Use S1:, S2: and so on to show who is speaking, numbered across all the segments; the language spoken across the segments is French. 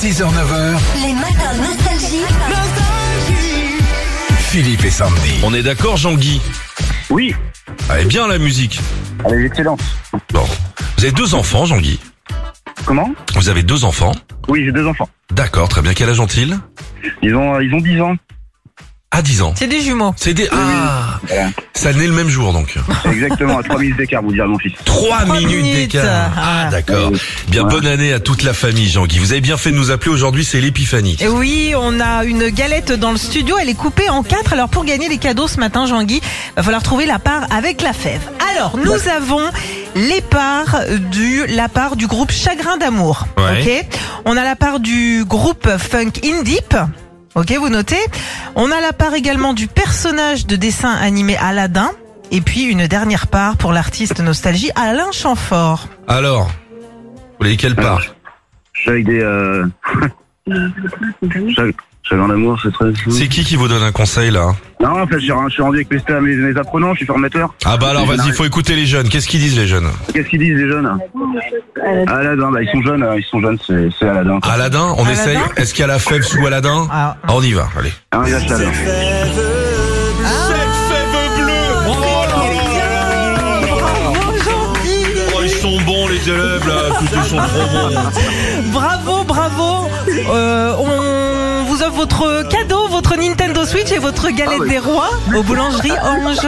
S1: 6h, 9h,
S2: Les matins nostalgiques.
S1: Philippe et Sandy.
S3: On est d'accord, Jean-Guy
S4: Oui, Ah,
S3: Elle est bien la musique.
S4: elle est excellente.
S3: Bon. Vous avez deux enfants, Jean-Guy
S4: Comment
S3: Vous avez deux enfants
S4: Oui, j'ai deux enfants.
S3: D'accord, très bien. Quel âge ont-ils
S4: Ils ont, euh, ils ont 10 ans.
S3: À 10 ans.
S5: C'est des jumeaux.
S3: C'est des... Ah
S4: Voilà.
S3: Ça naît le même jour, donc.
S4: Exactement, à 3 minutes d'écart, vous dire mon fils.
S3: Trois
S5: Trois
S3: minutes
S5: minutes.
S3: d'écart. Ah,
S5: Ah.
S3: d'accord. Bien, bonne année à toute la famille, Jean-Guy. Vous avez bien fait de nous appeler aujourd'hui, c'est l'épiphanie.
S5: Et oui, on a une galette dans le studio, elle est coupée en quatre. Alors pour gagner les cadeaux ce matin, Jean-Guy, va falloir trouver la part avec la fève. Alors, nous avons les parts du la part du groupe Chagrin d'amour.
S3: Ouais.
S5: OK On a la part du groupe Funk In Deep. OK, vous notez On a la part également du personnage de dessin animé Aladdin et puis une dernière part pour l'artiste nostalgie Alain Chamfort.
S3: Alors, vous voulez quelle part
S4: Je suis avec des. Euh... J'avais j'avais un amour, c'est très.
S3: C'est qui qui vous donne un conseil, là
S4: Non, en fait, j'ai- je suis rendu avec mes, sta- mes, mes apprenants, je suis formateur.
S3: Ah bah alors,
S4: Je
S3: vas-y,
S4: n'arrive-
S3: faut écouter les jeunes. Qu'est-ce qu'ils disent, les jeunes
S4: Qu'est-ce qu'ils disent les jeunes Aladdin, bah ils sont jeunes, euh, ils sont jeunes, c'est c'est Aladdin. quoi.
S3: Aladdin, on
S5: Aladdin
S3: essaye Est-ce qu'il y a la fève sous Aladdin
S5: Ah.
S3: Ah, on y va, allez.
S4: Hein, il lâche Aladdin.
S5: Bravo Jean-Guy
S3: Oh, ils sont bons, les élèves, là. Tous ils sont trop bons.
S5: Bravo, bravo. Euh, on vous offre votre cadeau, votre Nintendo Switch et votre galette
S4: Ah oui.
S5: des rois aux boulangeries Ange.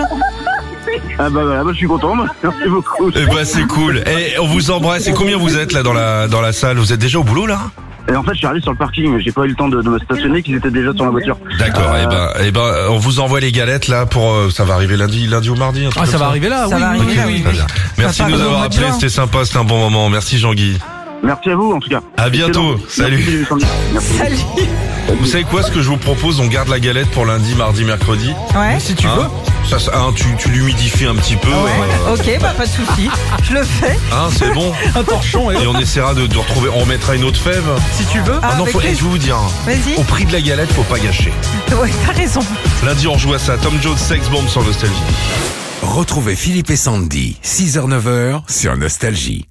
S4: Ah bah voilà, bah, je suis content, moi. merci beaucoup.
S3: Eh ben c'est cool. Et on vous embrasse. Et combien vous êtes là dans la dans la salle Vous êtes déjà au boulot là
S4: Et en fait, je suis arrivé sur le parking, mais j'ai pas eu le temps de, de me stationner, qu'ils étaient déjà sur la voiture.
S3: D'accord. Eh ben eh ben on vous envoie les galettes là pour euh, ça va arriver lundi lundi ou mardi. un truc
S6: Ah, ça
S3: comme
S6: va arriver là,
S5: Ça
S6: oui.
S5: va
S6: oui,
S5: arriver
S6: oui,
S5: là,
S6: oui.
S5: oui.
S3: Très bien. Merci
S5: Ça
S3: de
S5: part
S3: nous
S5: dans
S3: avoir
S5: le mois de
S3: appelés.
S5: juin.
S3: C'était sympa. C'était un bon moment. Merci Jean Guy.
S4: Merci à vous, en tout cas.
S3: À bientôt.
S4: Excellent.
S3: Salut.
S4: Merci, les amis. Merci.
S5: Salut.
S3: Vous savez quoi Ce que je vous propose, on garde la galette pour lundi, mardi, mercredi.
S5: Ouais.
S6: Si tu
S3: Hein
S6: veux. Ah
S3: Ça, ça- hein, tu, tu l'humidifies un petit peu. euh,
S5: Ok, bah, pas de souci. Je le fais.
S3: hein, c'est bon.
S6: Un torchon, hein. et
S3: Et on essaiera de, de retrouver. On remettra une autre fève.
S6: si tu veux.
S5: Ah,
S3: non,
S5: avec
S3: faut, eh,
S5: les-
S3: je vais vous dire.
S5: Vas-y.
S3: Au prix de la galette, faut pas gâcher.
S6: Oh.
S5: Ouais, t'as raison.
S3: Lundi, on joue à ça. Tom Jones, Sex Bomb sur Nostalgie.
S1: Retrouvez Philippe et Sandy, 6h, 9h sur Nostalgie.